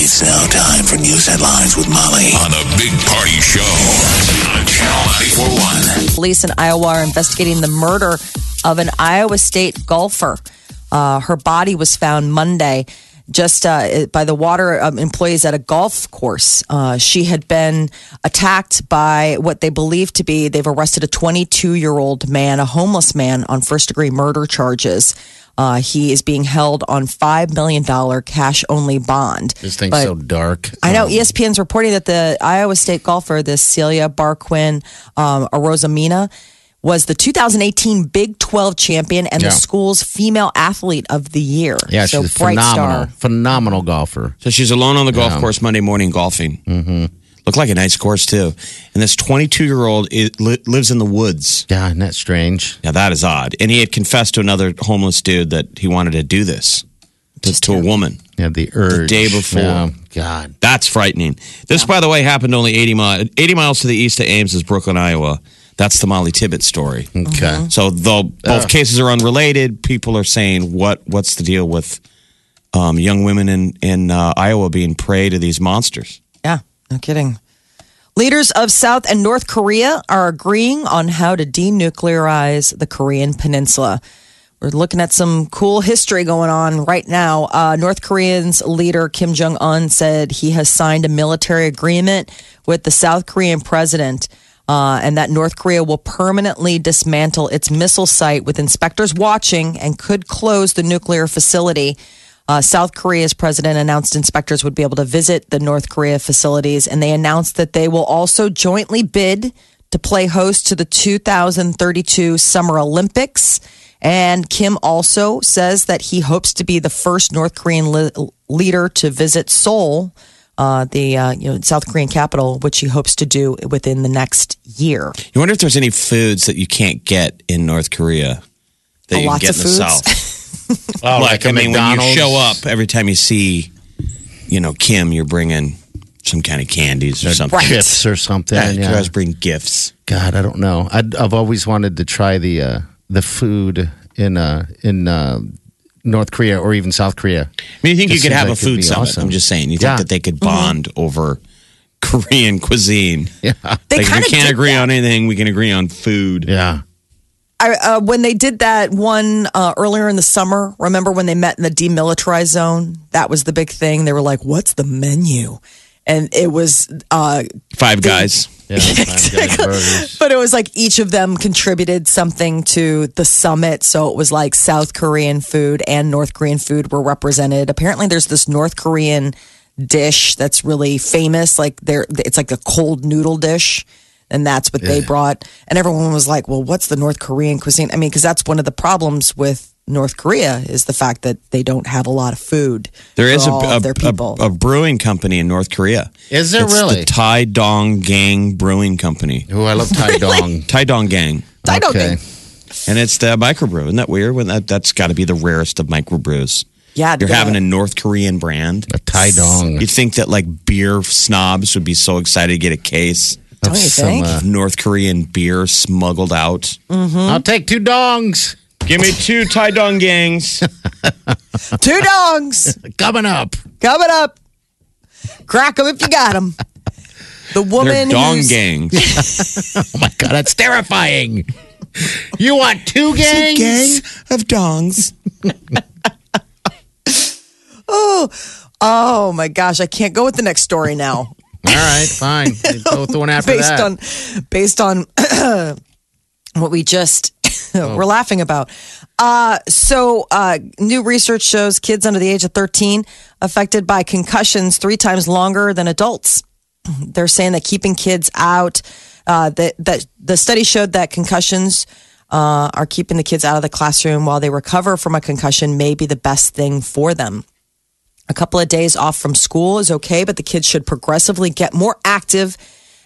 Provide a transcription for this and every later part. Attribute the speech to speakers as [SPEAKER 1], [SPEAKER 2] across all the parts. [SPEAKER 1] It's now time for news headlines with Molly on a big party show on Channel 941.
[SPEAKER 2] Police in Iowa are investigating the murder of an Iowa State golfer. Uh, her body was found Monday just uh, by the water um, employees at a golf course. Uh, she had been attacked by what they believe to be, they've arrested a 22 year old man, a homeless man, on first degree murder charges. Uh, he is being held on $5 million cash only bond.
[SPEAKER 3] This thing's
[SPEAKER 2] But-
[SPEAKER 3] so dark.
[SPEAKER 2] I know E ESPN's reporting that the Iowa State golfer, this Celia Barquin um, Arosamina, was the 2018 Big 12 champion and the
[SPEAKER 3] Yeah.
[SPEAKER 2] school's female athlete of the year.
[SPEAKER 3] Yeah,
[SPEAKER 2] so
[SPEAKER 3] she's a
[SPEAKER 2] bright
[SPEAKER 3] phenomenal,
[SPEAKER 2] star.
[SPEAKER 3] phenomenal golfer.
[SPEAKER 4] So she's alone on the golf course Monday morning golfing. Mm-hmm. Looked like a nice course too. And this 22 year old li- lives in the woods.
[SPEAKER 3] Yeah, isn't that strange?
[SPEAKER 4] Now that is odd. And he had confessed to another homeless dude that he wanted to do this to, to a woman.
[SPEAKER 3] Yeah, the urge.
[SPEAKER 4] day before.
[SPEAKER 3] Yeah, God.
[SPEAKER 4] That's frightening. This, by the way, happened only 80 miles 80 miles to the east of Ames is Brooklyn, Iowa. That's the Molly Tibbet story. Uh-huh.
[SPEAKER 3] Okay.
[SPEAKER 2] Uh-huh.
[SPEAKER 4] So though both cases are unrelated, people are saying what what's the deal with um, young women in in uh, Iowa being prey to these monsters?
[SPEAKER 2] Yeah, no kidding. Leaders of South and North Korea are agreeing on how to denuclearize the Korean peninsula. We're looking at some cool history going on right now. Uh, North Korean's leader Kim Jong un said he has signed a military agreement with the South Korean president. Uh, and that North Korea will permanently dismantle its missile site with inspectors watching and could close the nuclear facility. Uh, South Korea's president announced inspectors would be able to visit the North Korea facilities, and they announced that they will also jointly bid to play host to the 2032 Summer Olympics. And Kim also says that he hopes to be the first North Korean li- leader to visit Seoul, uh, the uh, you know South Korean capital, which he hopes to do within the next year.
[SPEAKER 4] You wonder if there's any foods that you can't get in North Korea that
[SPEAKER 2] Oh,
[SPEAKER 4] you can
[SPEAKER 2] lots
[SPEAKER 4] get
[SPEAKER 2] of
[SPEAKER 4] in the
[SPEAKER 2] foods?
[SPEAKER 4] South.
[SPEAKER 3] Oh,
[SPEAKER 4] like, I
[SPEAKER 3] a
[SPEAKER 4] mean, when you
[SPEAKER 3] McDonald's.
[SPEAKER 4] show up, every time you see, you know, Kim, you're bringing some kind of candies or something.
[SPEAKER 3] chips or something.
[SPEAKER 4] Yeah, you
[SPEAKER 3] yeah.
[SPEAKER 4] guys bring gifts.
[SPEAKER 3] God, I don't know. I'd, I've always wanted to try the uh, the food in uh, in uh, North Korea or even South Korea.
[SPEAKER 4] I mean, you think
[SPEAKER 3] Just
[SPEAKER 4] you could
[SPEAKER 3] seems
[SPEAKER 4] have
[SPEAKER 3] like
[SPEAKER 4] a
[SPEAKER 3] it'd be
[SPEAKER 4] food summit.
[SPEAKER 3] awesome.
[SPEAKER 4] I'm just saying, you
[SPEAKER 3] Yeah.
[SPEAKER 4] think that they could bond over Korean cuisine.
[SPEAKER 3] Yeah,
[SPEAKER 2] They
[SPEAKER 4] like, if
[SPEAKER 2] kind
[SPEAKER 4] we
[SPEAKER 2] of
[SPEAKER 4] can't agree on anything, we can agree on food.
[SPEAKER 3] yeah.
[SPEAKER 2] I, uh, when they did that one uh, earlier in the summer, remember when they met in the demilitarized zone? That was the big thing. They were like, "What's the menu?" And it was, uh,
[SPEAKER 4] Five guys.
[SPEAKER 3] Yeah, Five Guys burgers.
[SPEAKER 2] but it was like each of them contributed something to the summit. So it was like South Korean food and North Korean food were represented. Apparently, there's this North Korean dish that's really famous. Like there, it's like a cold noodle dish. And that's what they brought. And everyone was like, well, what's the North Korean cuisine? I mean, because that's one of the problems with North Korea is the fact that they don't have a lot of food.
[SPEAKER 4] There is
[SPEAKER 2] for
[SPEAKER 4] a,
[SPEAKER 2] all
[SPEAKER 4] a,
[SPEAKER 2] of their
[SPEAKER 4] a-
[SPEAKER 2] people.
[SPEAKER 4] a brewing company in North Korea.
[SPEAKER 3] Is there
[SPEAKER 4] it's
[SPEAKER 3] really?
[SPEAKER 4] The Tai Dong Gang Brewing Company.
[SPEAKER 3] Ooh, I love Tai Dong.
[SPEAKER 4] Tai Dong Gang.
[SPEAKER 2] I don't
[SPEAKER 3] okay.
[SPEAKER 2] think-
[SPEAKER 4] And it's the microbrew. Isn't that weird? When that, that's got to be the rarest of microbrews.
[SPEAKER 2] yeah,
[SPEAKER 4] You're
[SPEAKER 2] the-
[SPEAKER 4] having a North Korean brand.
[SPEAKER 3] A Tai Dong.
[SPEAKER 2] Mm-hmm.
[SPEAKER 4] You'd think that like beer snobs would be so excited to get a case
[SPEAKER 2] don't you think?
[SPEAKER 4] of North Korean beer smuggled out.
[SPEAKER 3] I'll take two dongs.
[SPEAKER 4] Give me two Tai Dong gangs. uh,
[SPEAKER 2] Two dogs.
[SPEAKER 3] Coming up.
[SPEAKER 2] Coming up. Crack them if you got them. The
[SPEAKER 4] They're
[SPEAKER 2] woman
[SPEAKER 4] Dong
[SPEAKER 2] who's-
[SPEAKER 4] gangs.
[SPEAKER 3] Oh my God, that's terrifying. You want two gangs?
[SPEAKER 4] of dongs.
[SPEAKER 2] Oh my gosh, I can't go with the next story now.
[SPEAKER 3] All right, fine. You Go with the one after
[SPEAKER 2] based
[SPEAKER 3] that.
[SPEAKER 2] on based on what we just were laughing about. Uh, so, uh, new research shows kids under the age of 13 affected by concussions three times longer than adults. They're saying that keeping kids out, uh, that, that the study showed that concussions uh, are keeping the kids out of the classroom while they recover from a concussion may be the best thing for them. A couple of days off from school is okay, but the kids should progressively get more active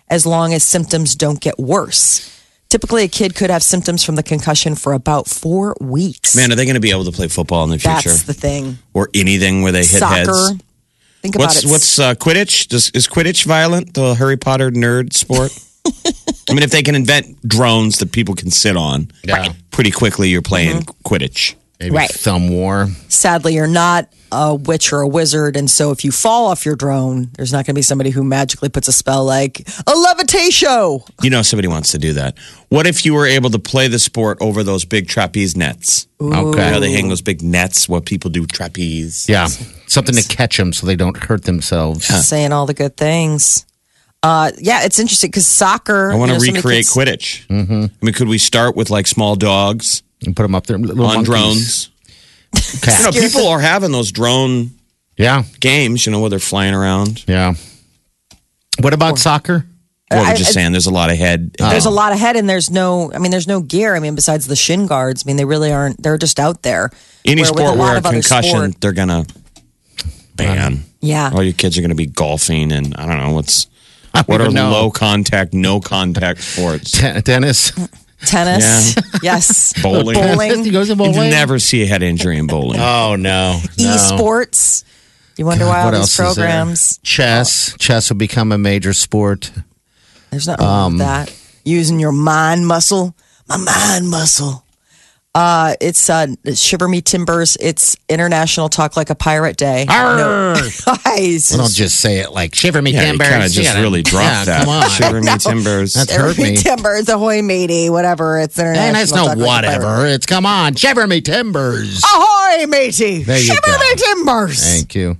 [SPEAKER 2] as long as symptoms don't get worse. Typically, a kid could have symptoms from the concussion for about four weeks.
[SPEAKER 4] Man, are they going to be able to play football in the
[SPEAKER 2] That's
[SPEAKER 4] future
[SPEAKER 2] the thing.
[SPEAKER 4] or anything where they hit
[SPEAKER 2] Soccer.
[SPEAKER 4] heads?
[SPEAKER 2] Think about
[SPEAKER 4] What's
[SPEAKER 2] it.
[SPEAKER 4] what's uh, Quidditch? Does, is Quidditch violent? The Harry Potter nerd sport. I mean, if they can invent drones that people can sit on,
[SPEAKER 3] Yeah.
[SPEAKER 4] pretty quickly you're playing
[SPEAKER 2] Mm-hmm.
[SPEAKER 4] Quidditch.
[SPEAKER 3] Maybe
[SPEAKER 2] Right.
[SPEAKER 3] thumb war.
[SPEAKER 2] sadly you're not a witch or a wizard and so if you fall off your drone there's not going to be somebody who magically puts a spell like a levitation
[SPEAKER 4] You know, somebody wants to do that. What if you were able to play the sport over those big trapeze nets? You know,
[SPEAKER 3] Okay.
[SPEAKER 4] they hang those big nets where people do trapeze.
[SPEAKER 3] Yeah. Something to catch them so they don't hurt themselves.
[SPEAKER 2] saying all the good things uh, yeah it's interesting because soccer
[SPEAKER 4] I want to
[SPEAKER 2] you know, somebody
[SPEAKER 4] recreate
[SPEAKER 2] could-
[SPEAKER 4] Quidditch. Mm-hmm. I mean, could we start with like small dogs
[SPEAKER 3] And put them up there. Little monkeys.
[SPEAKER 4] on drones?
[SPEAKER 3] Cat.
[SPEAKER 4] You know, people are having those drone
[SPEAKER 3] Yeah.
[SPEAKER 4] games, you know, where they're flying around.
[SPEAKER 3] Yeah. What about soccer?
[SPEAKER 4] Well,
[SPEAKER 2] I-
[SPEAKER 4] I'm just saying, there's a lot of head.
[SPEAKER 3] Oh.
[SPEAKER 2] there's a lot ahead and there's no i mean there's no gear i mean besides the shin guards i mean they really aren't they're just out there
[SPEAKER 4] Any
[SPEAKER 2] Where with
[SPEAKER 4] sport
[SPEAKER 2] lot
[SPEAKER 4] where a
[SPEAKER 2] of other
[SPEAKER 4] concussion,
[SPEAKER 2] sport-
[SPEAKER 4] they're gonna ban.
[SPEAKER 2] yeah
[SPEAKER 4] All your kids are gonna be golfing, and I don't know what's
[SPEAKER 3] I don't
[SPEAKER 4] what are
[SPEAKER 3] even know.
[SPEAKER 4] low contact, no contact sports.
[SPEAKER 3] Ten- tennis.
[SPEAKER 2] tennis yes
[SPEAKER 4] Bowling.
[SPEAKER 3] He
[SPEAKER 2] bowling
[SPEAKER 3] goes to
[SPEAKER 4] You
[SPEAKER 3] bowling.
[SPEAKER 4] never see a head injury in bowling.
[SPEAKER 3] Oh no. no.
[SPEAKER 2] esports you wonder why all
[SPEAKER 3] What
[SPEAKER 2] these
[SPEAKER 3] else is there?
[SPEAKER 2] programs
[SPEAKER 3] Chess. Chess will become a major sport.
[SPEAKER 2] There's nothing wrong with that. Using your mind muscle, my mind muscle. Uh, it's uh, Shiver Me Timbers. It's International Talk Like a Pirate Day. No. Guys,
[SPEAKER 3] I don't just say it like shiver me
[SPEAKER 4] yeah, you
[SPEAKER 3] timbers.
[SPEAKER 4] kind of just
[SPEAKER 3] Yeah,
[SPEAKER 4] really dropped
[SPEAKER 3] yeah,
[SPEAKER 4] that.
[SPEAKER 3] Come on.
[SPEAKER 4] Shiver me timbers.
[SPEAKER 3] That's
[SPEAKER 2] Shiver
[SPEAKER 3] hurt
[SPEAKER 2] Me
[SPEAKER 3] me.
[SPEAKER 2] Timbers, ahoy matey, whatever. It's International.
[SPEAKER 3] And it's no
[SPEAKER 2] Talk Like a Pirate.
[SPEAKER 3] whatever. It's come on. Shiver me timbers.
[SPEAKER 2] Ahoy matey,
[SPEAKER 3] There you
[SPEAKER 2] Shiver
[SPEAKER 3] go.
[SPEAKER 2] Me Timbers.
[SPEAKER 3] Thank you.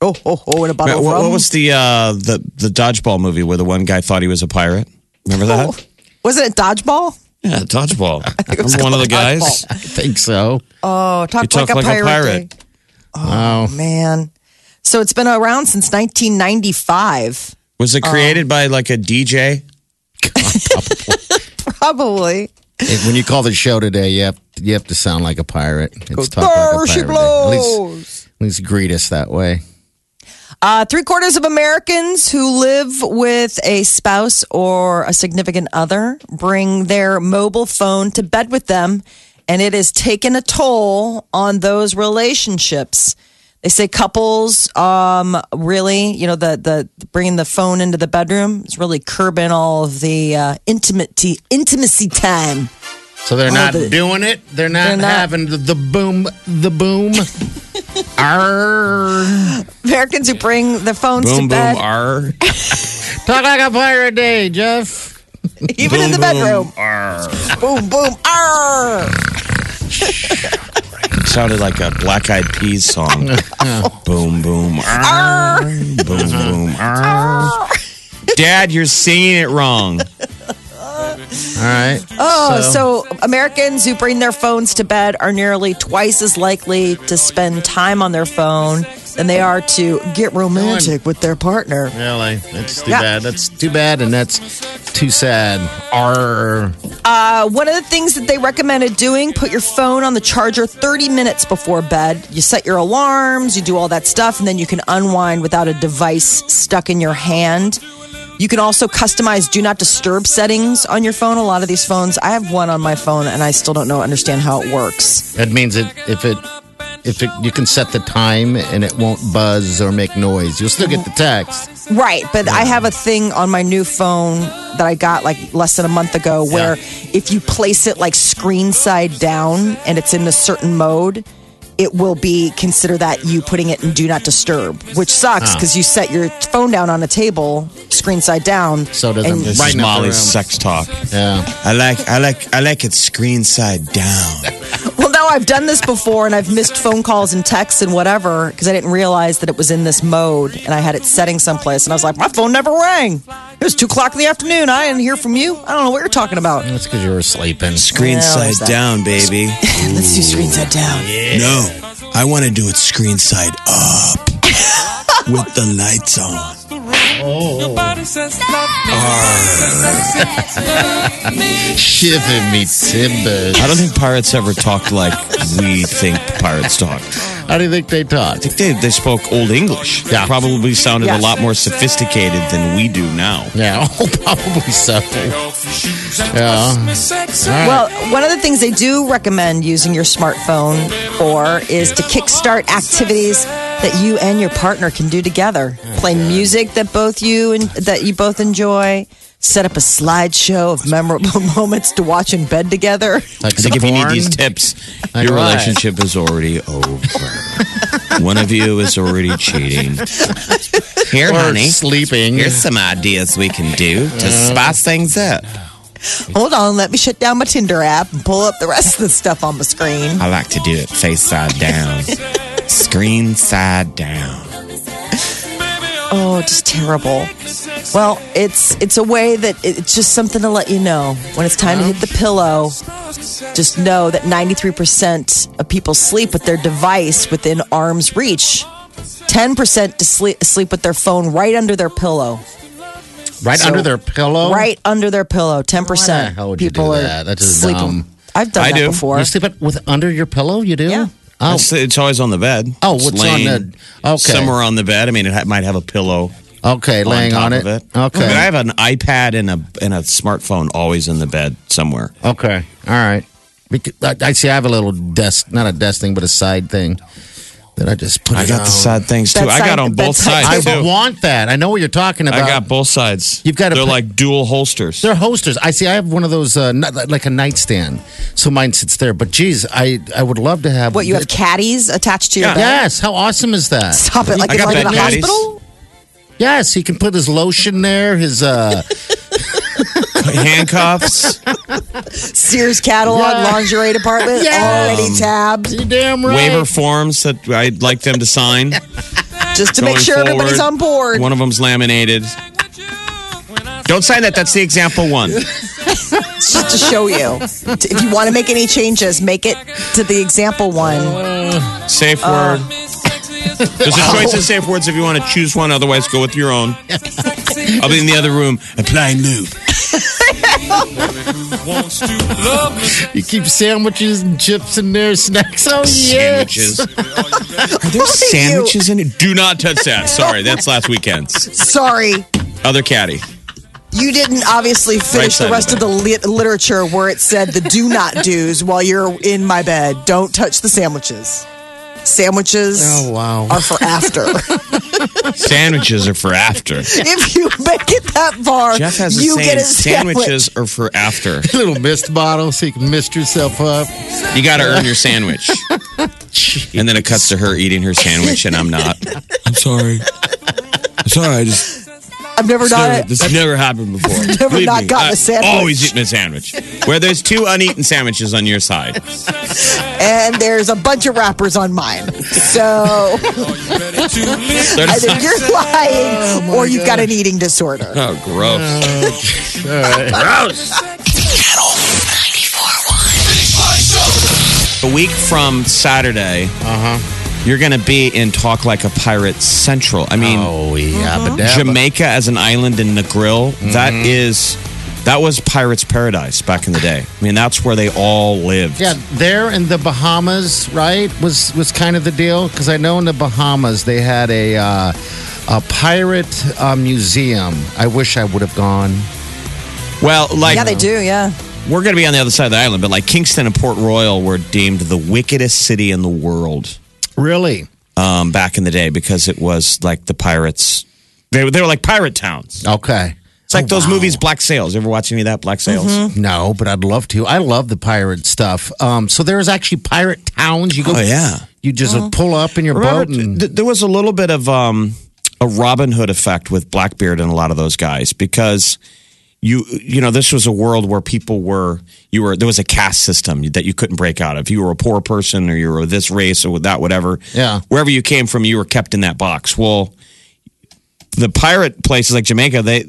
[SPEAKER 2] Oh, oh, oh, and a bottle
[SPEAKER 4] What,
[SPEAKER 2] of rum.
[SPEAKER 4] what was the uh, the the dodgeball movie where the one guy thought he was a pirate? Remember that?
[SPEAKER 2] Oh, wasn't it dodgeball?
[SPEAKER 4] Yeah, dodgeball. I'm one of the guys.
[SPEAKER 3] I think so.
[SPEAKER 2] Oh, talk,
[SPEAKER 4] You talk
[SPEAKER 2] like,
[SPEAKER 4] like
[SPEAKER 2] a pirate.
[SPEAKER 4] a pirate.
[SPEAKER 2] Day. Oh man, so it's been around since 1995.
[SPEAKER 4] Was it created by like a DJ?
[SPEAKER 2] Probably.
[SPEAKER 3] Hey, when you call the show today, you have you have to sound like a pirate. It's talk
[SPEAKER 2] There
[SPEAKER 3] like a
[SPEAKER 2] she
[SPEAKER 3] pirate. At least,
[SPEAKER 2] blows.
[SPEAKER 3] at least greet us that way.
[SPEAKER 2] Uh, three quarters of Americans who live with a spouse or a significant other bring their mobile phone to bed with them, and it has taken a toll on those relationships. They say couples, um, really, you know, the the bringing the phone into the bedroom is really curbing all of the uh, intimacy intimacy time.
[SPEAKER 3] So they're not
[SPEAKER 2] Oh, the-
[SPEAKER 3] doing it. They're not,
[SPEAKER 2] They're not-
[SPEAKER 3] having the, the boom, the boom. Arr.
[SPEAKER 2] Americans who bring their phones
[SPEAKER 4] Boom
[SPEAKER 2] to bed,
[SPEAKER 4] boom R.
[SPEAKER 3] Talk like a pirate day, Jeff.
[SPEAKER 2] even in the bedroom. Boom, boom, arr.
[SPEAKER 4] Sounded like a Black Eyed Peas song. boom boom R. Boom boom R. Dad, you're singing it wrong.
[SPEAKER 3] All right.
[SPEAKER 2] Oh, so. Americans who bring their phones to bed are nearly twice as likely to spend time on their phone than they are to get romantic with their partner.
[SPEAKER 3] Really? That's too
[SPEAKER 2] Yeah.
[SPEAKER 3] bad. That's too bad, and that's too sad. Arr.
[SPEAKER 2] Uh, one of the things that they recommended doing put your phone on the charger 30 minutes before bed. You set your alarms, you do all that stuff, and then you can unwind without a device stuck in your hand. You can also customize do not disturb settings on your phone. A lot of these phones, I have one on my phone and I still don't know understand how it works.
[SPEAKER 3] That means it if it if it you can set the time and it won't buzz or make noise. You'll still get the text.
[SPEAKER 2] Right, but I have a thing on my new phone that I got like less than a month ago where if you place it like screen side down and it's in a certain mode, it will be consider that you putting it in do not disturb, which sucks because you set your phone down on a table screen side down.
[SPEAKER 3] So it doesn't-
[SPEAKER 2] and-
[SPEAKER 4] This
[SPEAKER 3] Right
[SPEAKER 4] is
[SPEAKER 3] in the
[SPEAKER 4] Molly's
[SPEAKER 3] room.
[SPEAKER 4] sex talk.
[SPEAKER 3] Yeah.
[SPEAKER 4] I like I like I like it screen side down.
[SPEAKER 2] Well, no, I've done this before and I've missed phone calls and texts and whatever because I didn't realize that it was in this mode and I had it setting someplace and I was like, my phone never rang. It was two o'clock in the afternoon. I didn't hear from you. I don't know what you're talking about.
[SPEAKER 3] That's because you were sleeping.
[SPEAKER 4] Screen
[SPEAKER 2] Well,
[SPEAKER 4] side
[SPEAKER 2] there's that.
[SPEAKER 4] down, baby.
[SPEAKER 2] Let's do screen side down.
[SPEAKER 4] No, I want to do it screen side up with the lights on.
[SPEAKER 3] Shiver me timbers.
[SPEAKER 4] I don't think pirates ever talked like we think pirates talk.
[SPEAKER 3] How do you think they
[SPEAKER 4] I
[SPEAKER 3] talked?
[SPEAKER 4] think they, they spoke Old English.
[SPEAKER 3] Yeah.
[SPEAKER 4] Probably sounded
[SPEAKER 2] Yeah.
[SPEAKER 4] a lot more sophisticated than we do now.
[SPEAKER 3] Yeah, oh, probably so. Yeah.
[SPEAKER 2] Well, one of the things they do recommend using your smartphone for is to kickstart activities that you and your partner can do together. Play music that both you and that you both enjoy. Set up a slideshow of memorable moments to watch in bed together.
[SPEAKER 3] Like
[SPEAKER 4] I think if you need
[SPEAKER 3] porn?
[SPEAKER 4] these tips,
[SPEAKER 3] Like
[SPEAKER 4] your
[SPEAKER 3] what?
[SPEAKER 4] relationship is already over. One of you is already cheating. Here,
[SPEAKER 3] or
[SPEAKER 4] honey,
[SPEAKER 3] sleeping.
[SPEAKER 4] here's some ideas we can do to spice things up.
[SPEAKER 2] Hold on, let me shut down my Tinder app and pull up the rest of the stuff on the screen.
[SPEAKER 4] I like to do it face side down, screen side down.
[SPEAKER 2] Oh, just terrible. Well, it's it's a way that it's just something to let you know when it's time to hit the pillow. Just know that 93% of people sleep with their device within arm's reach. 10% to sleep, sleep with their phone right under their pillow.
[SPEAKER 3] Right
[SPEAKER 2] So-
[SPEAKER 3] under their pillow.
[SPEAKER 2] Right under their pillow. 10%
[SPEAKER 3] Why the hell would you
[SPEAKER 2] people
[SPEAKER 3] do
[SPEAKER 2] are
[SPEAKER 3] that? That's just
[SPEAKER 2] sleeping.
[SPEAKER 3] dumb.
[SPEAKER 2] I've done
[SPEAKER 4] I
[SPEAKER 2] that
[SPEAKER 4] do.
[SPEAKER 2] before.
[SPEAKER 3] You sleep it with under your pillow. You do.
[SPEAKER 2] Yeah.
[SPEAKER 3] Oh,
[SPEAKER 4] It's, it's always on the bed.
[SPEAKER 3] Oh,
[SPEAKER 4] It's
[SPEAKER 3] what's
[SPEAKER 4] laying
[SPEAKER 3] on the- okay.
[SPEAKER 4] Somewhere on the bed. I mean, it ha- might have a pillow.
[SPEAKER 3] okay. Laying
[SPEAKER 4] top
[SPEAKER 3] on, it.
[SPEAKER 4] of it.
[SPEAKER 3] Okay.
[SPEAKER 4] I have an iPad and a and a smartphone always in the bed somewhere.
[SPEAKER 3] Okay. All right. Because, I, I see. I have a little desk, not a desk thing, but a side thing that I just put.
[SPEAKER 4] I
[SPEAKER 3] it
[SPEAKER 4] got
[SPEAKER 3] on.
[SPEAKER 4] the side things too.
[SPEAKER 2] Bedside-
[SPEAKER 4] I got on both
[SPEAKER 2] bedside
[SPEAKER 4] sides
[SPEAKER 3] I
[SPEAKER 4] too.
[SPEAKER 3] want that. I know what you're talking about.
[SPEAKER 4] I got both sides.
[SPEAKER 3] You've got to
[SPEAKER 4] They're
[SPEAKER 3] put-
[SPEAKER 4] like dual holsters.
[SPEAKER 3] They're hosters. I see. I have one of those, uh, not, like a nightstand, so mine sits there. But geez, I I would love to have
[SPEAKER 2] what, you have caddies attached to your bed?
[SPEAKER 3] Yes. How awesome is that?
[SPEAKER 2] Stop it. Like
[SPEAKER 4] I
[SPEAKER 2] it's
[SPEAKER 4] got
[SPEAKER 2] like in
[SPEAKER 4] bed
[SPEAKER 2] a
[SPEAKER 4] caddies.
[SPEAKER 2] hospital?
[SPEAKER 3] Yes, he can put his lotion there. His uh,
[SPEAKER 4] handcuffs,
[SPEAKER 2] Sears catalog,
[SPEAKER 3] Yeah.
[SPEAKER 2] lingerie department,
[SPEAKER 3] Yes.
[SPEAKER 2] already tabbed.
[SPEAKER 3] you damn right.
[SPEAKER 4] waiver forms that I'd like them to sign.
[SPEAKER 2] just to make
[SPEAKER 4] going
[SPEAKER 2] sure everybody's
[SPEAKER 4] forward.
[SPEAKER 2] on board.
[SPEAKER 4] One of them's laminated. Don't sign that. That's the example one.
[SPEAKER 2] It's just to show you. if you want to make any changes, make it to the example one.
[SPEAKER 4] Safe
[SPEAKER 3] Uh,
[SPEAKER 4] word. There's a choice
[SPEAKER 3] Oh.
[SPEAKER 4] of safe words if you want to choose one. Otherwise, go with your own. I'll be in the other room applying lube.
[SPEAKER 3] You keep sandwiches and chips in there, snacks. Oh yes.
[SPEAKER 4] Sandwiches. Are there sandwiches in it? Do not touch that. Sorry, that's last weekend's.
[SPEAKER 2] Sorry.
[SPEAKER 4] Other caddy.
[SPEAKER 2] You didn't obviously finish
[SPEAKER 4] side
[SPEAKER 2] the
[SPEAKER 4] of
[SPEAKER 2] rest
[SPEAKER 4] the
[SPEAKER 2] of the lit- literature where it said the do not do's while you're in my bed. Don't touch the sandwiches. Sandwiches
[SPEAKER 3] Oh wow.
[SPEAKER 2] are for after.
[SPEAKER 4] Sandwiches are for after.
[SPEAKER 2] if you make it that far,
[SPEAKER 4] Jeff has
[SPEAKER 2] you
[SPEAKER 4] a
[SPEAKER 2] get
[SPEAKER 4] saying:
[SPEAKER 2] a sandwich.
[SPEAKER 4] sandwiches are for after.
[SPEAKER 3] little mist bottle so you can mist yourself up.
[SPEAKER 4] You got to earn your sandwich. and then it cuts to her eating her sandwich, and I'm not.
[SPEAKER 5] I'm sorry. I'm sorry. I just
[SPEAKER 2] I've never done
[SPEAKER 5] never,
[SPEAKER 2] it.
[SPEAKER 5] this never happened before.
[SPEAKER 2] Never
[SPEAKER 4] Believe
[SPEAKER 2] not
[SPEAKER 4] me,
[SPEAKER 2] gotten
[SPEAKER 4] I
[SPEAKER 2] a sandwich.
[SPEAKER 4] Always eating a sandwich. Where there's two uneaten sandwiches on your side.
[SPEAKER 2] and there's a bunch of wrappers on mine. So either you're lying or you've got an eating disorder.
[SPEAKER 4] Oh, gross.
[SPEAKER 1] Channel 941.
[SPEAKER 4] A week from Saturday, uh-huh. you're going to be in Talk Like a Pirate Central. I mean,
[SPEAKER 3] Oh yeah, but
[SPEAKER 4] Jamaica as an island in Negril. That
[SPEAKER 2] Mm-hmm.
[SPEAKER 4] is, that was Pirates Paradise back in the day. I mean, that's where they all lived.
[SPEAKER 3] Yeah, there in the Bahamas, right, was was kind of the deal because I know in the Bahamas they had a uh, a pirate uh, museum. I wish I would have gone.
[SPEAKER 4] Well, like
[SPEAKER 2] Yeah, they do. Yeah,
[SPEAKER 4] we're going to be on the other side of the island, but like Kingston and Port Royal were deemed the wickedest city in the world
[SPEAKER 3] Really?
[SPEAKER 4] um, back in the day because it was like the pirates. They were, they were like pirate towns.
[SPEAKER 3] Okay.
[SPEAKER 4] It's like those movies, Black Sails. You ever watch any of that? Black Sails.
[SPEAKER 3] No, but I'd love to. I love the pirate stuff. Um, so there's actually pirate towns. You go.
[SPEAKER 4] Oh, yeah.
[SPEAKER 3] You just pull up in your
[SPEAKER 4] Remember,
[SPEAKER 3] boat and
[SPEAKER 4] th- there was a little bit of um, a Robin Hood effect with Blackbeard and a lot of those guys because you you know this was a world where people were you were there was a caste system that you couldn't break out of. You were a poor person or you were this race or that whatever.
[SPEAKER 3] Yeah.
[SPEAKER 4] wherever you came from, you were kept in that box. Well, the pirate places like Jamaica, they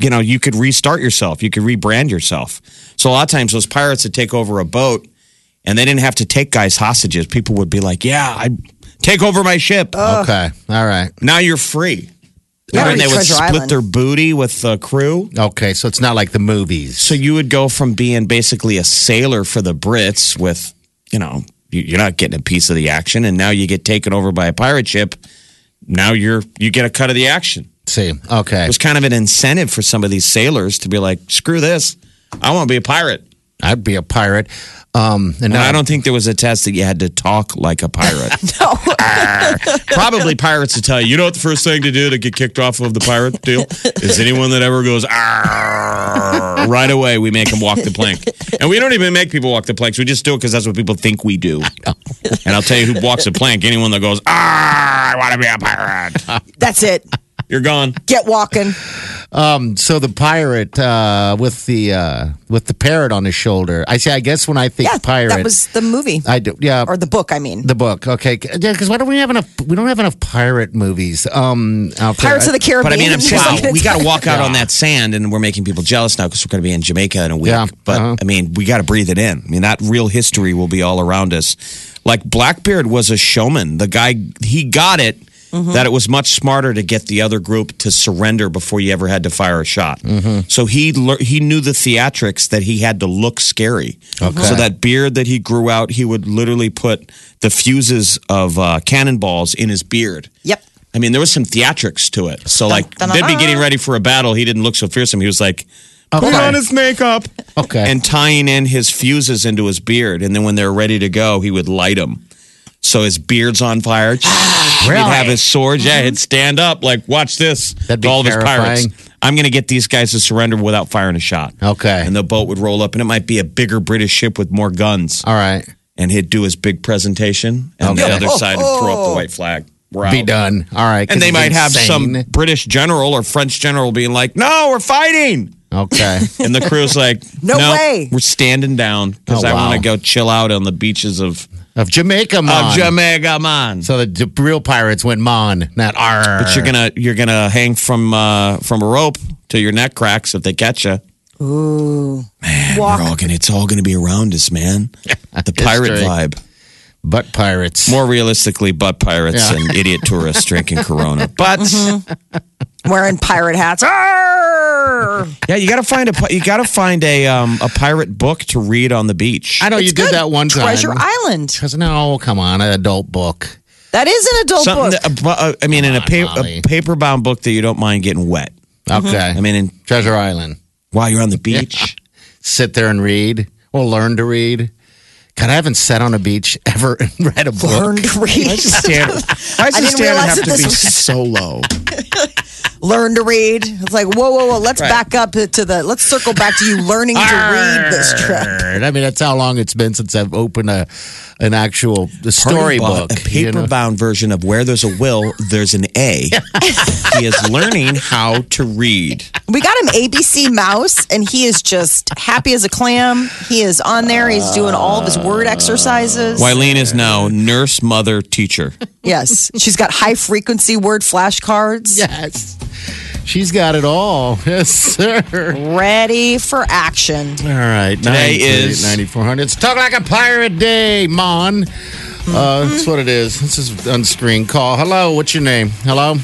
[SPEAKER 4] you know you could restart yourself, you could rebrand yourself. So a lot of times those pirates would take over a boat and they didn't have to take guys hostages. People would be like, "Yeah, I take over my ship.
[SPEAKER 2] Uh,
[SPEAKER 3] okay. All right.
[SPEAKER 4] now you're free."
[SPEAKER 2] Yeah,
[SPEAKER 4] and they would
[SPEAKER 2] Treasure
[SPEAKER 4] split
[SPEAKER 2] Island.
[SPEAKER 4] their booty with the crew.
[SPEAKER 3] Okay. So it's not like the movies.
[SPEAKER 4] So you would go from being basically a sailor for the Brits with, you know, You- You're not getting a piece of the action, and now you get taken over by a pirate ship. Now you're you get a cut of the action.
[SPEAKER 3] See, okay.
[SPEAKER 4] It was kind of an incentive for some of these sailors to be like, "Screw this, I want to be a pirate."
[SPEAKER 3] I'd be a pirate. Um, and
[SPEAKER 4] And
[SPEAKER 3] now
[SPEAKER 4] I don't think there was a test that you had to talk like a pirate.
[SPEAKER 2] No.
[SPEAKER 4] Probably pirates to tell you, you know what the first thing to do to get kicked off of the pirate deal is anyone that ever goes "Arr," right away we make them walk the plank, and we don't even make people walk the planks. We just do it because that's what people think we do. And I'll tell you who walks a plank: anyone that goes "Arr, I want to be a pirate,"
[SPEAKER 2] That's it.
[SPEAKER 4] you're gone.
[SPEAKER 2] Get walking.
[SPEAKER 3] so the pirate uh, with the uh, with the parrot on his shoulder. I say, I guess when I think
[SPEAKER 2] Yeah,
[SPEAKER 3] pirate,
[SPEAKER 2] that was the movie
[SPEAKER 3] I do. Yeah,
[SPEAKER 2] or the book. I mean,
[SPEAKER 3] the book. Okay, yeah, because why don't we have enough? We don't have enough pirate movies. Um, out there.
[SPEAKER 2] Pirates of the Caribbean.
[SPEAKER 4] But I mean, I'm
[SPEAKER 2] There's
[SPEAKER 4] wow,
[SPEAKER 2] something
[SPEAKER 4] we
[SPEAKER 2] to-
[SPEAKER 4] got to walk out on that sand, and we're making people jealous now because we're going to be in Jamaica in a week.
[SPEAKER 3] Yeah,
[SPEAKER 4] but
[SPEAKER 3] uh-huh.
[SPEAKER 4] I mean, we got to breathe it in. I mean, that real history will be all around us. Like Blackbeard was a showman. The guy he got it that it was much smarter to get the other group to surrender before you ever had to fire a shot.
[SPEAKER 3] Mm-hmm.
[SPEAKER 4] So he lear he knew the theatrics that he had to look scary.
[SPEAKER 3] Okay.
[SPEAKER 4] So that beard that he grew out, he would literally put the fuses of uh, cannonballs in his beard.
[SPEAKER 2] Yep.
[SPEAKER 4] I mean, there was some theatrics to it. So, like,
[SPEAKER 2] dun,
[SPEAKER 4] they'd be
[SPEAKER 2] dun.
[SPEAKER 4] getting ready for a battle. He didn't look so fearsome. He was like,
[SPEAKER 3] Okay.
[SPEAKER 4] put on his makeup
[SPEAKER 3] Okay.
[SPEAKER 4] and tying in his fuses into his beard. And then when they're ready to go, he would light them. So his beard's on fire. He'd have his sword. Yeah, he'd stand up, like, watch this.
[SPEAKER 3] That'd be
[SPEAKER 4] to all of his pirates.
[SPEAKER 3] terrifying.
[SPEAKER 4] I'm going to get these guys to surrender without firing a shot.
[SPEAKER 3] Okay.
[SPEAKER 4] And the boat would roll up, and it might be a bigger British ship with more guns.
[SPEAKER 3] All right,
[SPEAKER 4] And he'd do his big presentation, and
[SPEAKER 3] Okay.
[SPEAKER 4] the other side would throw
[SPEAKER 2] Oh.
[SPEAKER 4] up the white flag. We're
[SPEAKER 3] be
[SPEAKER 4] out
[SPEAKER 3] done. All right, 'cause
[SPEAKER 4] and they
[SPEAKER 3] it's
[SPEAKER 4] might have some
[SPEAKER 3] insane.
[SPEAKER 4] British general or French general being like, "No, we're fighting,"
[SPEAKER 3] Okay.
[SPEAKER 4] and the crew's like,
[SPEAKER 2] No way."
[SPEAKER 4] we're standing down because
[SPEAKER 3] Oh,
[SPEAKER 4] I
[SPEAKER 3] wow.
[SPEAKER 4] want to go chill out on the beaches of,
[SPEAKER 3] of Jamaica, mon.
[SPEAKER 4] of Jamaica, man."
[SPEAKER 3] So the, j- real pirates went mon, not r.
[SPEAKER 4] but you're gonna you're gonna hang from uh, from a rope till your neck cracks if they catch you.
[SPEAKER 2] walk.
[SPEAKER 4] gonna, it's all gonna be around us, man. The pirate
[SPEAKER 3] History.
[SPEAKER 4] vibe.
[SPEAKER 3] butt pirates.
[SPEAKER 4] More realistically, butt pirates
[SPEAKER 3] Yeah.
[SPEAKER 4] and idiot tourists drinking Corona. But
[SPEAKER 2] Wearing pirate hats. Arr!
[SPEAKER 4] yeah, you gotta find a pi- you gotta find a um, a pirate book to read on the beach.
[SPEAKER 3] I know you
[SPEAKER 2] It's
[SPEAKER 3] did
[SPEAKER 2] good.
[SPEAKER 3] that one time.
[SPEAKER 2] Treasure Island.
[SPEAKER 3] Because no, come on, an adult book.
[SPEAKER 2] That is an adult
[SPEAKER 4] Something
[SPEAKER 2] Oh, book.
[SPEAKER 4] that, a bu- uh, I mean, in a,
[SPEAKER 3] Come
[SPEAKER 4] pa-
[SPEAKER 3] on,
[SPEAKER 4] a
[SPEAKER 3] Molly.
[SPEAKER 4] paper bound book that you don't mind getting wet.
[SPEAKER 3] Okay.
[SPEAKER 4] Mm-hmm. I mean, in,
[SPEAKER 3] Treasure Island.
[SPEAKER 4] while you're on the beach,
[SPEAKER 3] Sit there and read or learn to read. God, I haven't sat on a beach ever and read a book.
[SPEAKER 2] Learn to read.
[SPEAKER 4] I
[SPEAKER 2] didn't realize that this was-
[SPEAKER 4] so low.
[SPEAKER 2] Learn to read. It's like whoa, whoa, whoa. Let's back up to the. Let's circle back to you learning to read this trip.
[SPEAKER 3] Nerd. I mean, that's how long it's been since I've opened a an actual storybook.
[SPEAKER 4] a
[SPEAKER 3] you know?
[SPEAKER 4] paper bound version of where there's a will, there's an A. he is learning how to read.
[SPEAKER 2] We got him ABC Mouse, and he is just happy as a clam. He is on there. He's doing all of his word exercises.
[SPEAKER 4] Wileen is now nurse, mother, teacher.
[SPEAKER 2] Yes, she's got high frequency word flashcards.
[SPEAKER 3] Yes. She's got it all. Yes, sir.
[SPEAKER 2] Ready for action.
[SPEAKER 3] All right.
[SPEAKER 4] Today
[SPEAKER 3] 938,
[SPEAKER 4] is-
[SPEAKER 3] 9400. It's Talk Like a Pirate Day, Mon. Uh, that's what it is. This is unscreen call. Hello, what's your name? Hello?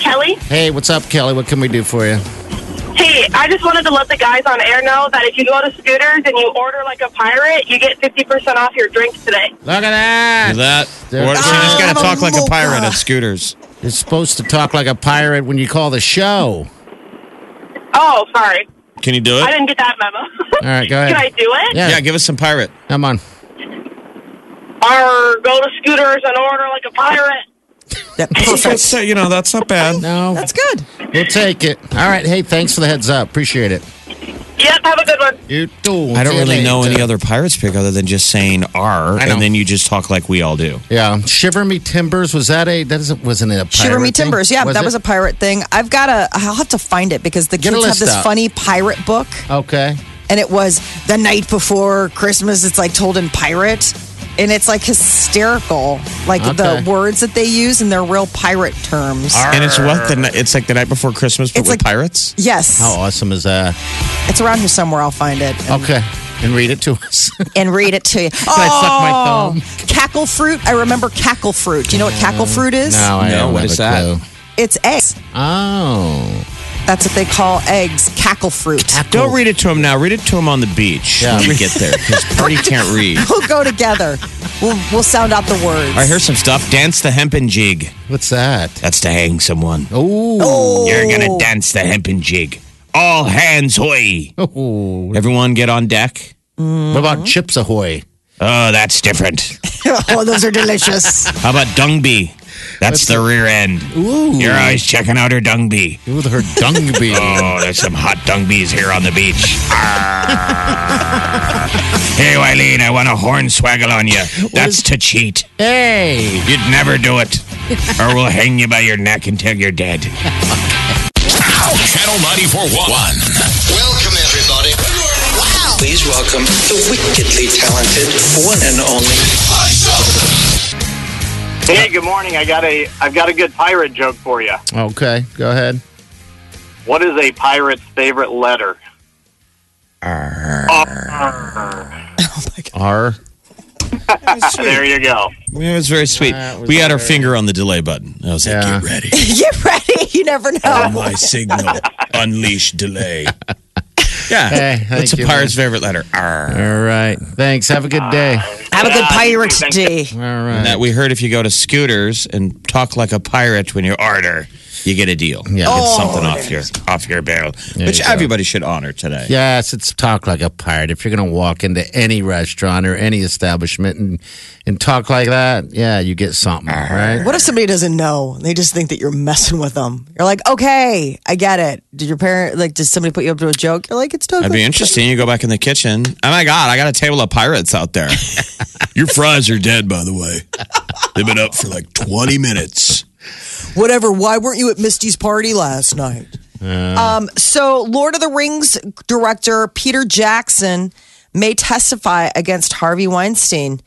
[SPEAKER 6] Kelly?
[SPEAKER 3] Hey, what's up, Kelly? What can we do for you?
[SPEAKER 6] Hey, I just wanted to let the guys on air know that if you go to Scooters and you order like a pirate, you get 50% off your drinks today.
[SPEAKER 3] Look at that.
[SPEAKER 4] Is that?
[SPEAKER 3] There-
[SPEAKER 4] Or she just got
[SPEAKER 2] I'm
[SPEAKER 4] to
[SPEAKER 2] a
[SPEAKER 4] talk like a
[SPEAKER 2] mocha.
[SPEAKER 4] pirate at scooters.
[SPEAKER 3] You're supposed to talk like a pirate when you call the show.
[SPEAKER 6] Oh, sorry.
[SPEAKER 4] Can you do
[SPEAKER 6] I
[SPEAKER 4] it?
[SPEAKER 6] didn't get that memo. All
[SPEAKER 3] right, go ahead.
[SPEAKER 6] Can I do it?
[SPEAKER 3] Yeah.
[SPEAKER 4] Yeah, give us some pirate.
[SPEAKER 3] Come on.
[SPEAKER 6] Or go to Scooters and order like a pirate.
[SPEAKER 2] That perfect.
[SPEAKER 4] That's, uh, you know, that's not bad.
[SPEAKER 3] No,
[SPEAKER 2] That's good.
[SPEAKER 3] we'll take it. All right. Hey, thanks for the heads up. Appreciate it.
[SPEAKER 6] Yep, have a good one.
[SPEAKER 3] You too.
[SPEAKER 4] I don't
[SPEAKER 3] See you
[SPEAKER 4] really know
[SPEAKER 3] later.
[SPEAKER 4] any other pirates pick other than just saying R,
[SPEAKER 3] I know.
[SPEAKER 4] and then you just talk like we all do.
[SPEAKER 3] Yeah, Shiver Me Timbers was that a that isn't wasn't it a pirate
[SPEAKER 2] Shiver Me
[SPEAKER 3] thing?
[SPEAKER 2] Timbers. Yeah, that
[SPEAKER 3] it?
[SPEAKER 2] was a pirate thing. I've got a, I'll have to find it because the
[SPEAKER 3] Get a
[SPEAKER 2] kids have
[SPEAKER 3] list
[SPEAKER 2] this
[SPEAKER 3] out.
[SPEAKER 2] funny pirate book.
[SPEAKER 3] okay.
[SPEAKER 2] And it was the night before Christmas. It's like told in pirate. And it's like hysterical. Like
[SPEAKER 3] Okay.
[SPEAKER 2] the words that they use and they're real pirate terms.
[SPEAKER 4] And it's what the ni- it's like the night before Christmas, but
[SPEAKER 2] It's
[SPEAKER 4] with
[SPEAKER 2] like-
[SPEAKER 4] pirates.
[SPEAKER 2] Yes.
[SPEAKER 3] How awesome is that?
[SPEAKER 2] It's around here somewhere. I'll find it. And,
[SPEAKER 3] Oh. Okay, and read it to us.
[SPEAKER 2] and read it to you. Oh,
[SPEAKER 3] I suck my thumb? Mm,
[SPEAKER 2] Cackle fruit. I remember cackle fruit. Do you know what cackle fruit is?
[SPEAKER 3] no, I
[SPEAKER 4] No,
[SPEAKER 3] don't
[SPEAKER 4] what
[SPEAKER 3] have
[SPEAKER 4] is
[SPEAKER 3] a
[SPEAKER 4] that?
[SPEAKER 3] clue.
[SPEAKER 2] It's eggs.
[SPEAKER 3] Oh,
[SPEAKER 2] That's what they call eggs. Cackle fruit.
[SPEAKER 4] Don't read it to him now. Read it to him on the beach
[SPEAKER 3] Yeah.
[SPEAKER 4] when we get there because Party can't read.
[SPEAKER 2] They'll go together. We'll, we'll sound out the words.
[SPEAKER 4] All right, here's some stuff. Dance the hempen jig.
[SPEAKER 3] What's that?
[SPEAKER 4] That's to hang someone.
[SPEAKER 3] Oh.
[SPEAKER 4] You're gonna dance the hempen jig. All hands hoy. Everyone get on deck.
[SPEAKER 3] What
[SPEAKER 2] Mm-hmm.
[SPEAKER 3] about Chips Ahoy?
[SPEAKER 4] Oh, that's different.
[SPEAKER 2] oh, those are delicious.
[SPEAKER 4] How about Dungby? That's the rear end.
[SPEAKER 3] Ooh.
[SPEAKER 4] You're always checking out her Dungby.
[SPEAKER 3] With her dung bee.
[SPEAKER 4] Oh, there's some hot Dungbees here on the beach. Arr. hey, Wileen, I want a horn swaggle on you. That's to cheat.
[SPEAKER 3] Hey.
[SPEAKER 4] You'd never do it, or we'll hang you by your neck until you're dead.
[SPEAKER 1] Channel 941.
[SPEAKER 7] Welcome, everybody. Wow. Please welcome the wickedly talented one and only.
[SPEAKER 8] Hey, good morning. I got a I've got a good pirate joke for you.
[SPEAKER 3] Okay, go ahead.
[SPEAKER 8] What is a pirate's favorite letter?
[SPEAKER 3] R.
[SPEAKER 8] There you go.
[SPEAKER 4] It was very sweet.
[SPEAKER 3] That was
[SPEAKER 4] We had our
[SPEAKER 3] very-
[SPEAKER 4] finger on the delay button. I was like,
[SPEAKER 3] Yeah.
[SPEAKER 4] get ready.
[SPEAKER 2] Get ready. You never know.
[SPEAKER 4] My signal. Unleash delay. Yeah.
[SPEAKER 3] Hey,
[SPEAKER 4] What's
[SPEAKER 3] thank
[SPEAKER 4] a
[SPEAKER 3] you, Uh,
[SPEAKER 4] pirate's favorite letter? R.
[SPEAKER 3] All right. Thanks. Have a good day.
[SPEAKER 2] Have a good
[SPEAKER 8] Yeah,
[SPEAKER 2] pirate
[SPEAKER 8] thank you.
[SPEAKER 2] day.
[SPEAKER 3] All right.
[SPEAKER 4] That we heard if you go to scooters and talk like a pirate when you're order, you get a deal. Yeah. Get something off your off your barrel.
[SPEAKER 3] Oh,
[SPEAKER 4] which
[SPEAKER 3] you go.
[SPEAKER 4] everybody should honor today.
[SPEAKER 3] Yes, it's talk like a pirate. If you're going to walk into any restaurant or any establishment and, and talk like that, yeah, you get something, right?
[SPEAKER 2] What if somebody doesn't know? They just think that you're messing with them. You're like, okay, I get it. Did your parent like? Did somebody put you up to a joke? You're like, it's totally.
[SPEAKER 4] That'd be interesting. You go back in the kitchen. Oh my God, I got a table of pirates out there.
[SPEAKER 5] Your fries are dead, by the way. They've been up for like 20 minutes.
[SPEAKER 2] Whatever. Why weren't you at Misty's party last night? Um, so, Lord of the Rings director Peter Jackson may testify against Harvey Weinstein.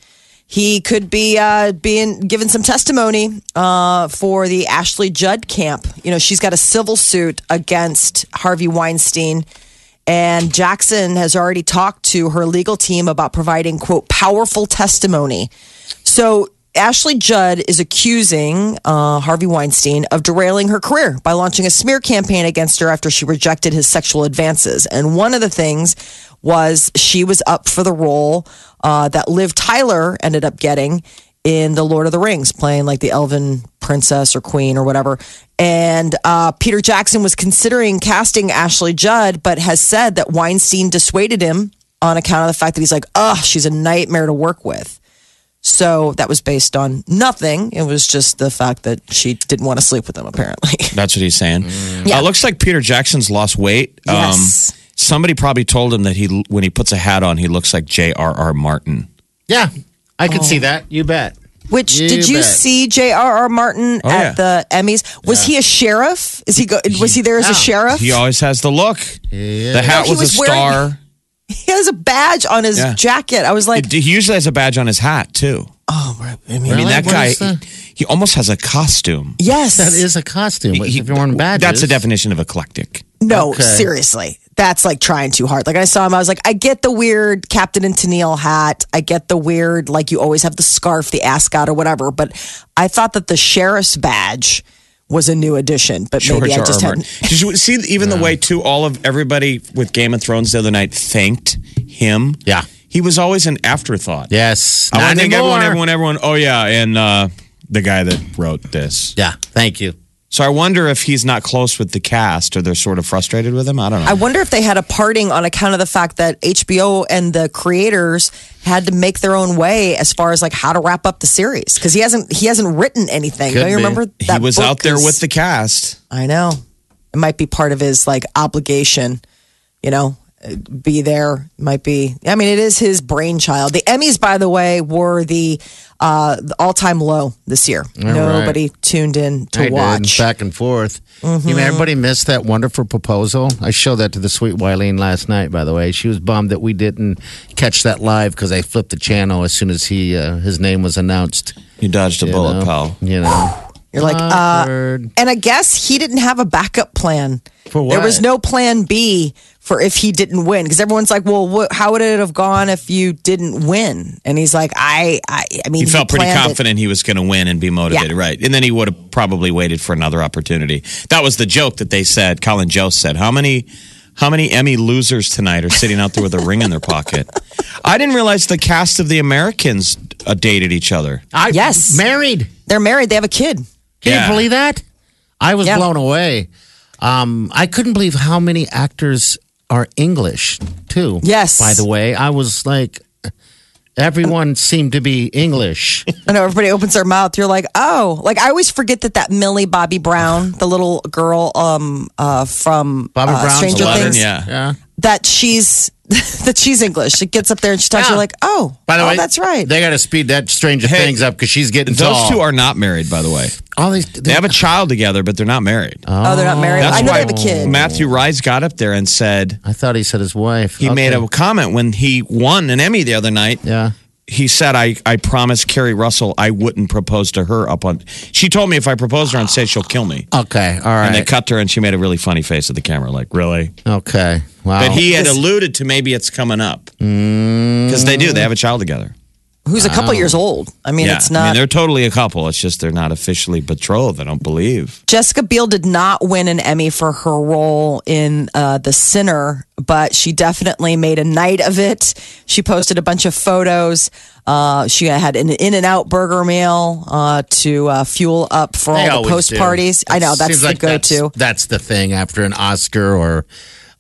[SPEAKER 2] He could be uh, being given some testimony uh, for the Ashley Judd camp. You know, she's got a civil suit against Harvey Weinstein. And Jackson has already talked to her legal team about providing, quote, powerful testimony. So Ashley Judd is accusing uh, Harvey Weinstein of derailing her career by launching a smear campaign against her after she rejected his sexual advances. And one of the things was she was up for the role uh, that Liv Tyler ended up getting in The Lord of the Rings, playing like the elven princess or queen or whatever. And uh, Peter Jackson was considering casting Ashley Judd, but has said that Weinstein dissuaded him on account of the fact that he's like, oh, she's a nightmare to work with. So that was based on nothing. It was just the fact that she didn't want to sleep with him, apparently.
[SPEAKER 4] That's what he's
[SPEAKER 3] Mm.
[SPEAKER 4] saying. Uh, looks like Peter Jackson's lost weight. Um,
[SPEAKER 2] Yes.
[SPEAKER 4] somebody probably told him that he when he puts a hat on, he looks like J.R.R. Martin.
[SPEAKER 3] Yeah, I could
[SPEAKER 4] Oh.
[SPEAKER 3] see that. You bet.
[SPEAKER 2] Which
[SPEAKER 3] You
[SPEAKER 2] did you
[SPEAKER 3] bet.
[SPEAKER 2] see J.R.R. Martin
[SPEAKER 4] Oh,
[SPEAKER 2] at the Emmys? Was he a sheriff? Is he go, was he there as a sheriff?
[SPEAKER 4] He always has the look. The hat
[SPEAKER 2] No, he
[SPEAKER 4] was,
[SPEAKER 2] was
[SPEAKER 4] a
[SPEAKER 2] wearing-
[SPEAKER 4] star.
[SPEAKER 2] He has a badge on his
[SPEAKER 4] Yeah.
[SPEAKER 2] jacket. I was like,
[SPEAKER 4] It- he usually has a badge on his hat too.
[SPEAKER 2] oh, right. I mean,
[SPEAKER 4] I mean,
[SPEAKER 3] Really?
[SPEAKER 4] that
[SPEAKER 3] What
[SPEAKER 4] guy,
[SPEAKER 3] is that?
[SPEAKER 4] he almost has a costume.
[SPEAKER 2] yes,
[SPEAKER 3] That is a costume.
[SPEAKER 4] He-
[SPEAKER 3] if you're wearing badges.
[SPEAKER 4] That's the definition of eclectic.
[SPEAKER 2] no,
[SPEAKER 3] Okay.
[SPEAKER 2] seriously. That's like trying too hard. Like I saw him, I was like, I get the weird Captain and Tennille hat. I get the weird, like you always have the scarf, the ascot, or whatever. But I thought that the sheriff's badge was a new addition. But
[SPEAKER 4] George
[SPEAKER 2] maybe I
[SPEAKER 4] R.
[SPEAKER 2] just
[SPEAKER 4] R. Martin.
[SPEAKER 2] hadn't.
[SPEAKER 4] Did you see even the way too all of everybody with Game of Thrones the other night thanked him?
[SPEAKER 3] Yeah.
[SPEAKER 4] He was always an afterthought.
[SPEAKER 3] Yes.
[SPEAKER 4] Oh, I
[SPEAKER 3] Not
[SPEAKER 4] want to thank
[SPEAKER 3] anymore.
[SPEAKER 4] everyone, everyone, everyone. Oh yeah, and uh, the guy that wrote this.
[SPEAKER 3] Yeah, thank you.
[SPEAKER 4] So I wonder if he's not close with the cast, or they're sort of frustrated with him. I don't know.
[SPEAKER 2] I wonder if they had a parting on account of the fact that HBO and the creators had to make their own way as far as like how to wrap up the series because he hasn't he hasn't written anything.
[SPEAKER 3] Could
[SPEAKER 2] Don't you
[SPEAKER 3] be.
[SPEAKER 2] remember
[SPEAKER 4] he was
[SPEAKER 2] book
[SPEAKER 4] out there
[SPEAKER 2] is-
[SPEAKER 4] with the cast.
[SPEAKER 2] I know. It might be part of his like obligation, you know, be there. Might be. I mean, it is his brainchild. The Emmys, by the way, were the uh, the all-time low this year. Nobody tuned in to
[SPEAKER 3] I did,
[SPEAKER 2] watch. Mm-hmm.
[SPEAKER 3] back and forth. You know, everybody missed that wonderful proposal. I showed that to the sweet Wileen last night. By the way, she was bummed that we didn't catch that live because I flipped the channel as soon as he uh, his name was announced.
[SPEAKER 4] You dodged a bullet,
[SPEAKER 3] know?
[SPEAKER 4] pal.
[SPEAKER 3] You know,
[SPEAKER 2] You're like, uh,
[SPEAKER 3] Awkward.
[SPEAKER 2] And I guess he didn't have a backup plan.
[SPEAKER 3] For what?
[SPEAKER 2] There was no plan B for if he didn't win because everyone's like, "Well, what, how would it have gone if you didn't win?" And he's like, "I, I, I mean,
[SPEAKER 4] He felt pretty
[SPEAKER 2] planned it.
[SPEAKER 4] confident he was going to win and be motivated,
[SPEAKER 2] Yeah.
[SPEAKER 4] right? And then he would have probably waited for another opportunity. That was the joke that they said. Colin Jost said, "How many, how many Emmy losers tonight are sitting out there with a ring in their pocket?" I didn't realize the cast of The Americans uh, dated each other.
[SPEAKER 3] I
[SPEAKER 2] Yes.
[SPEAKER 3] married.
[SPEAKER 2] They're married. They have a kid.
[SPEAKER 3] Can
[SPEAKER 4] Yeah.
[SPEAKER 3] you believe that? I was
[SPEAKER 2] Yeah.
[SPEAKER 3] blown away. Um, I couldn't believe how many actors are English too.
[SPEAKER 2] Yes.
[SPEAKER 3] By the way, I was like, everyone seemed to be English.
[SPEAKER 2] I know everybody opens their mouth. You're like, oh, like I always forget that that Millie Bobby Brown, the little girl um uh from
[SPEAKER 3] Bobby
[SPEAKER 2] uh,
[SPEAKER 3] Brown's
[SPEAKER 2] Stranger
[SPEAKER 3] eleven,
[SPEAKER 2] Things,
[SPEAKER 4] yeah.
[SPEAKER 3] yeah.
[SPEAKER 2] that she's that she's English. She gets up there and she talks.
[SPEAKER 3] Yeah.
[SPEAKER 2] You're like, oh,
[SPEAKER 3] By the
[SPEAKER 2] oh,
[SPEAKER 3] way,
[SPEAKER 2] that's right.
[SPEAKER 3] They got to speed that Stranger
[SPEAKER 4] Hey,
[SPEAKER 3] Things up because she's getting
[SPEAKER 4] Those
[SPEAKER 3] tall.
[SPEAKER 4] two are not married, by the way.
[SPEAKER 3] all these.
[SPEAKER 4] They have a child together, but they're not married.
[SPEAKER 2] oh, they're not married.
[SPEAKER 4] That's
[SPEAKER 2] I know
[SPEAKER 4] why
[SPEAKER 2] they have a kid.
[SPEAKER 4] Matthew Rise got up there and said
[SPEAKER 3] I thought he said his wife.
[SPEAKER 4] he
[SPEAKER 3] Okay.
[SPEAKER 4] made a comment when he won an Emmy the other night.
[SPEAKER 3] yeah.
[SPEAKER 4] He said, "I I promised Carrie Russell I wouldn't propose to her up on." She told me if I propose to her on stage, she'll kill me.
[SPEAKER 3] Okay. All right.
[SPEAKER 4] And they cut her, and she made a really funny face at the camera, like really.
[SPEAKER 3] okay. Wow.
[SPEAKER 4] But he had alluded to maybe it's coming up
[SPEAKER 3] Mm.
[SPEAKER 4] because they do. They have a child together.
[SPEAKER 2] Who's a couple years old. I mean, it's
[SPEAKER 4] I mean,
[SPEAKER 2] not.
[SPEAKER 4] they're totally a couple. It's just they're not officially betrothed. I don't believe.
[SPEAKER 2] Jessica Biel did not win an Emmy for her role in uh, The Sinner, but she definitely made a night of it. She posted a bunch of photos. Uh, she had an In and Out burger meal uh, to uh, fuel up for
[SPEAKER 3] They
[SPEAKER 2] all the
[SPEAKER 3] always
[SPEAKER 2] post
[SPEAKER 3] do.
[SPEAKER 2] parties. I know
[SPEAKER 3] It
[SPEAKER 2] that's
[SPEAKER 3] seems
[SPEAKER 2] the
[SPEAKER 3] like
[SPEAKER 2] go to.
[SPEAKER 3] That's, that's the thing after an Oscar or,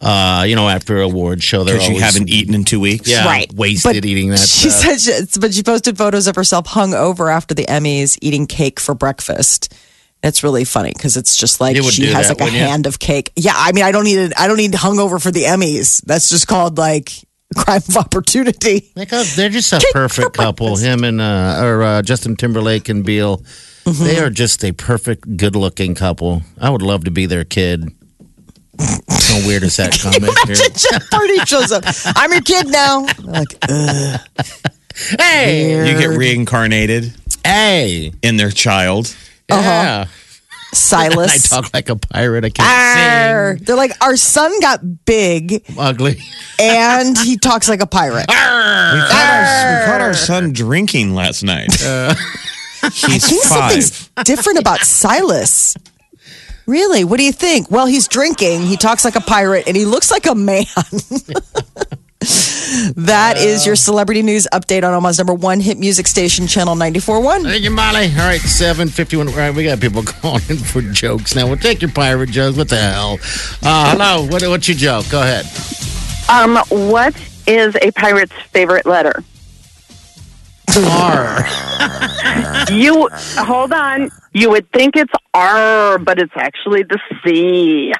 [SPEAKER 3] uh, you know, after an award show. They're
[SPEAKER 4] Because you
[SPEAKER 3] always-
[SPEAKER 4] haven't eaten in two weeks.
[SPEAKER 3] yeah,
[SPEAKER 2] Right.
[SPEAKER 3] wasted eating that.
[SPEAKER 2] She
[SPEAKER 3] stuff.
[SPEAKER 2] said, she, but she posted photos of herself hung over after the Emmys, eating cake for breakfast. It's really funny because it's just like
[SPEAKER 3] You would
[SPEAKER 2] she
[SPEAKER 3] do
[SPEAKER 2] has
[SPEAKER 3] that,
[SPEAKER 2] like a
[SPEAKER 3] wouldn't you?
[SPEAKER 2] hand of cake. Yeah, I mean, I don't need it. I don't need hungover for the Emmys. That's just called like crime of opportunity.
[SPEAKER 3] Like, oh, they're just a perfect couple. Him and uh, or uh, Justin Timberlake and Beal. They are just a perfect, good-looking couple. I would love to be their kid. How weird is that comment? here?
[SPEAKER 2] Jeopardy shows up. I'm your kid now. Like, ugh.
[SPEAKER 3] Hey,
[SPEAKER 4] You get reincarnated
[SPEAKER 3] hey,
[SPEAKER 4] in their child.
[SPEAKER 3] yeah. I
[SPEAKER 2] Silas.
[SPEAKER 3] talk like a pirate. I can't
[SPEAKER 2] Arr. They're like, our son got big
[SPEAKER 3] sing. Ugly.
[SPEAKER 2] and he talks like a pirate.
[SPEAKER 4] We caught, our, we caught our son drinking last night. He's
[SPEAKER 2] I think
[SPEAKER 4] five.
[SPEAKER 2] something's different about Silas. Really? What do you think? Well, he's drinking. He talks like a pirate and he looks like a man. That is your celebrity news update on Omaha's number one hit music station, Channel 94.1.
[SPEAKER 3] Thank you, Molly. All right, 751. All right, we got people calling in for jokes now. We'll take your pirate jokes. What the hell? Uh, hello. What, what's your joke? Go ahead.
[SPEAKER 6] Um, what is a pirate's favorite letter?
[SPEAKER 3] R.
[SPEAKER 6] You hold on. You would think it's R, but it's actually the C.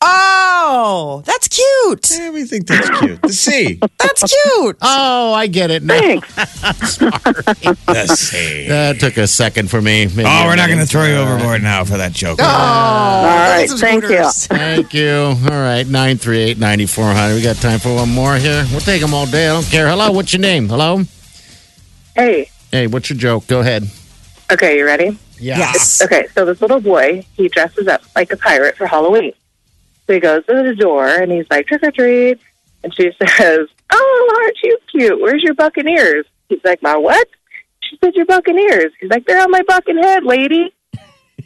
[SPEAKER 2] Oh, that's cute.
[SPEAKER 4] Yeah, we think that's cute. The sea.
[SPEAKER 2] That's cute.
[SPEAKER 3] Oh, I get it now.
[SPEAKER 6] Thanks.
[SPEAKER 4] The sea.
[SPEAKER 3] That took a second for me.
[SPEAKER 4] Oh, we're not going to throw you overboard now for that joke.
[SPEAKER 6] All right. Thank you.
[SPEAKER 3] Thank you. All right, 938 9400. We got time for one more here. We'll take them all day. I don't care. Hello, what's your name? Hello?
[SPEAKER 6] Hey.
[SPEAKER 3] Hey, what's your joke? Go ahead.
[SPEAKER 6] Okay, you ready?
[SPEAKER 3] Yeah.
[SPEAKER 2] Yes.
[SPEAKER 6] Okay, so this little boy, he dresses up like a pirate for Halloween. So he goes to the door and he's like, trick or treat. And she says, Oh, aren't you cute? Where's your buccaneers? He's like, My what? She said, Your buccaneers. He's like, They're on my bucking head, lady.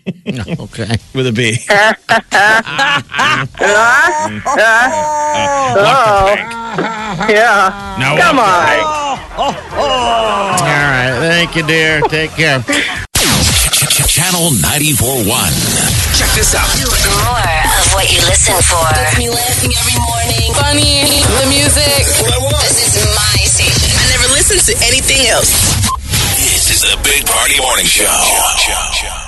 [SPEAKER 3] Okay.
[SPEAKER 4] With a B.
[SPEAKER 6] Yeah.
[SPEAKER 4] Now
[SPEAKER 6] Come on.
[SPEAKER 3] All right. Thank you, dear. Take care.
[SPEAKER 1] Channel 94.1.
[SPEAKER 7] Check this out.
[SPEAKER 9] More of what you listen for. Gets me laughing every morning. Funny. The music. This is my station. I never listen to anything else.
[SPEAKER 1] This is the Big Party Morning Show.